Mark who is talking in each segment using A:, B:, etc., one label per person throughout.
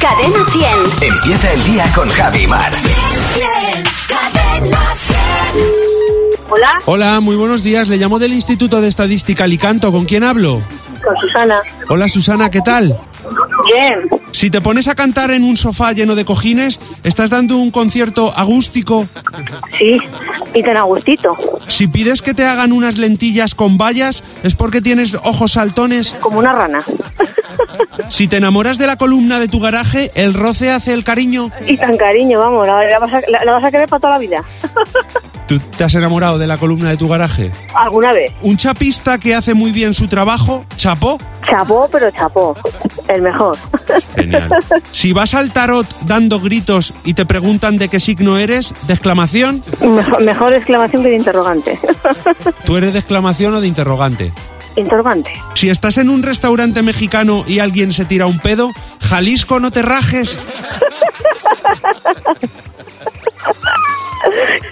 A: Cadena 100.
B: Empieza el día con Javi Mar.
A: Cadena 100.
C: Hola,
D: Hola, muy buenos días. Le llamo del Instituto de Estadística Alicanto. ¿Con quién hablo?
C: con Susana.
D: Hola, Susana, ¿qué tal?
C: Bien,
D: Si te pones a cantar en un sofá lleno de cojines, estás dando un concierto agústico.
C: sí, y tan a gustito.
D: Si pides que te hagan unas lentillas con vallas, es porque tienes ojos saltones.
C: Como una rana.
D: Si te enamoras de la columna de tu garaje, el roce hace el cariño.
C: y tan cariño, vamos, la, la vas a, la- la vas a querer para toda la vida.
D: ¿Tú te has enamorado de la columna de tu garaje?
C: ¿Alguna vez?
D: Un chapista que hace muy bien su trabajo, chapó.
C: Chapó, pero chapó. El mejor.
D: Genial. Si vas al tarot dando gritos y te preguntan de qué signo eres, de exclamación,
C: mejor. Mejor exclamación que de interrogante.
D: ¿tú eres de exclamación o de interrogante?
C: interrogante.
D: Si estás en un restaurante mexicano y alguien se tira un pedo, Jalisco no te rajes.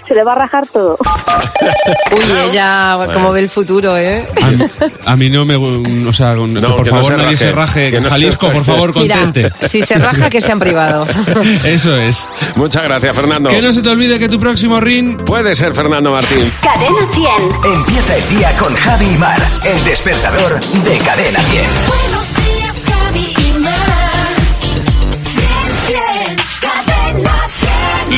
C: Se le va a rajar todo.
E: Uy, ella como ve el futuro, ¿eh?
D: A mí, no me... O sea,
F: por que no favor, se nadie raje. se raje. Que no- Jalisco, por favor,
E: Mira, si se raja, que sea en privado.
D: Eso es.
F: Muchas gracias, Fernando.
D: se te olvide que tu próximo ring...
F: Puede ser Fernando Martín.
A: Cadena 100.
B: Empieza el día con Javi Mar. El despertador de Cadena 10.
A: Buenos días, Javi y Mar. Bien, bien, Cadena 100.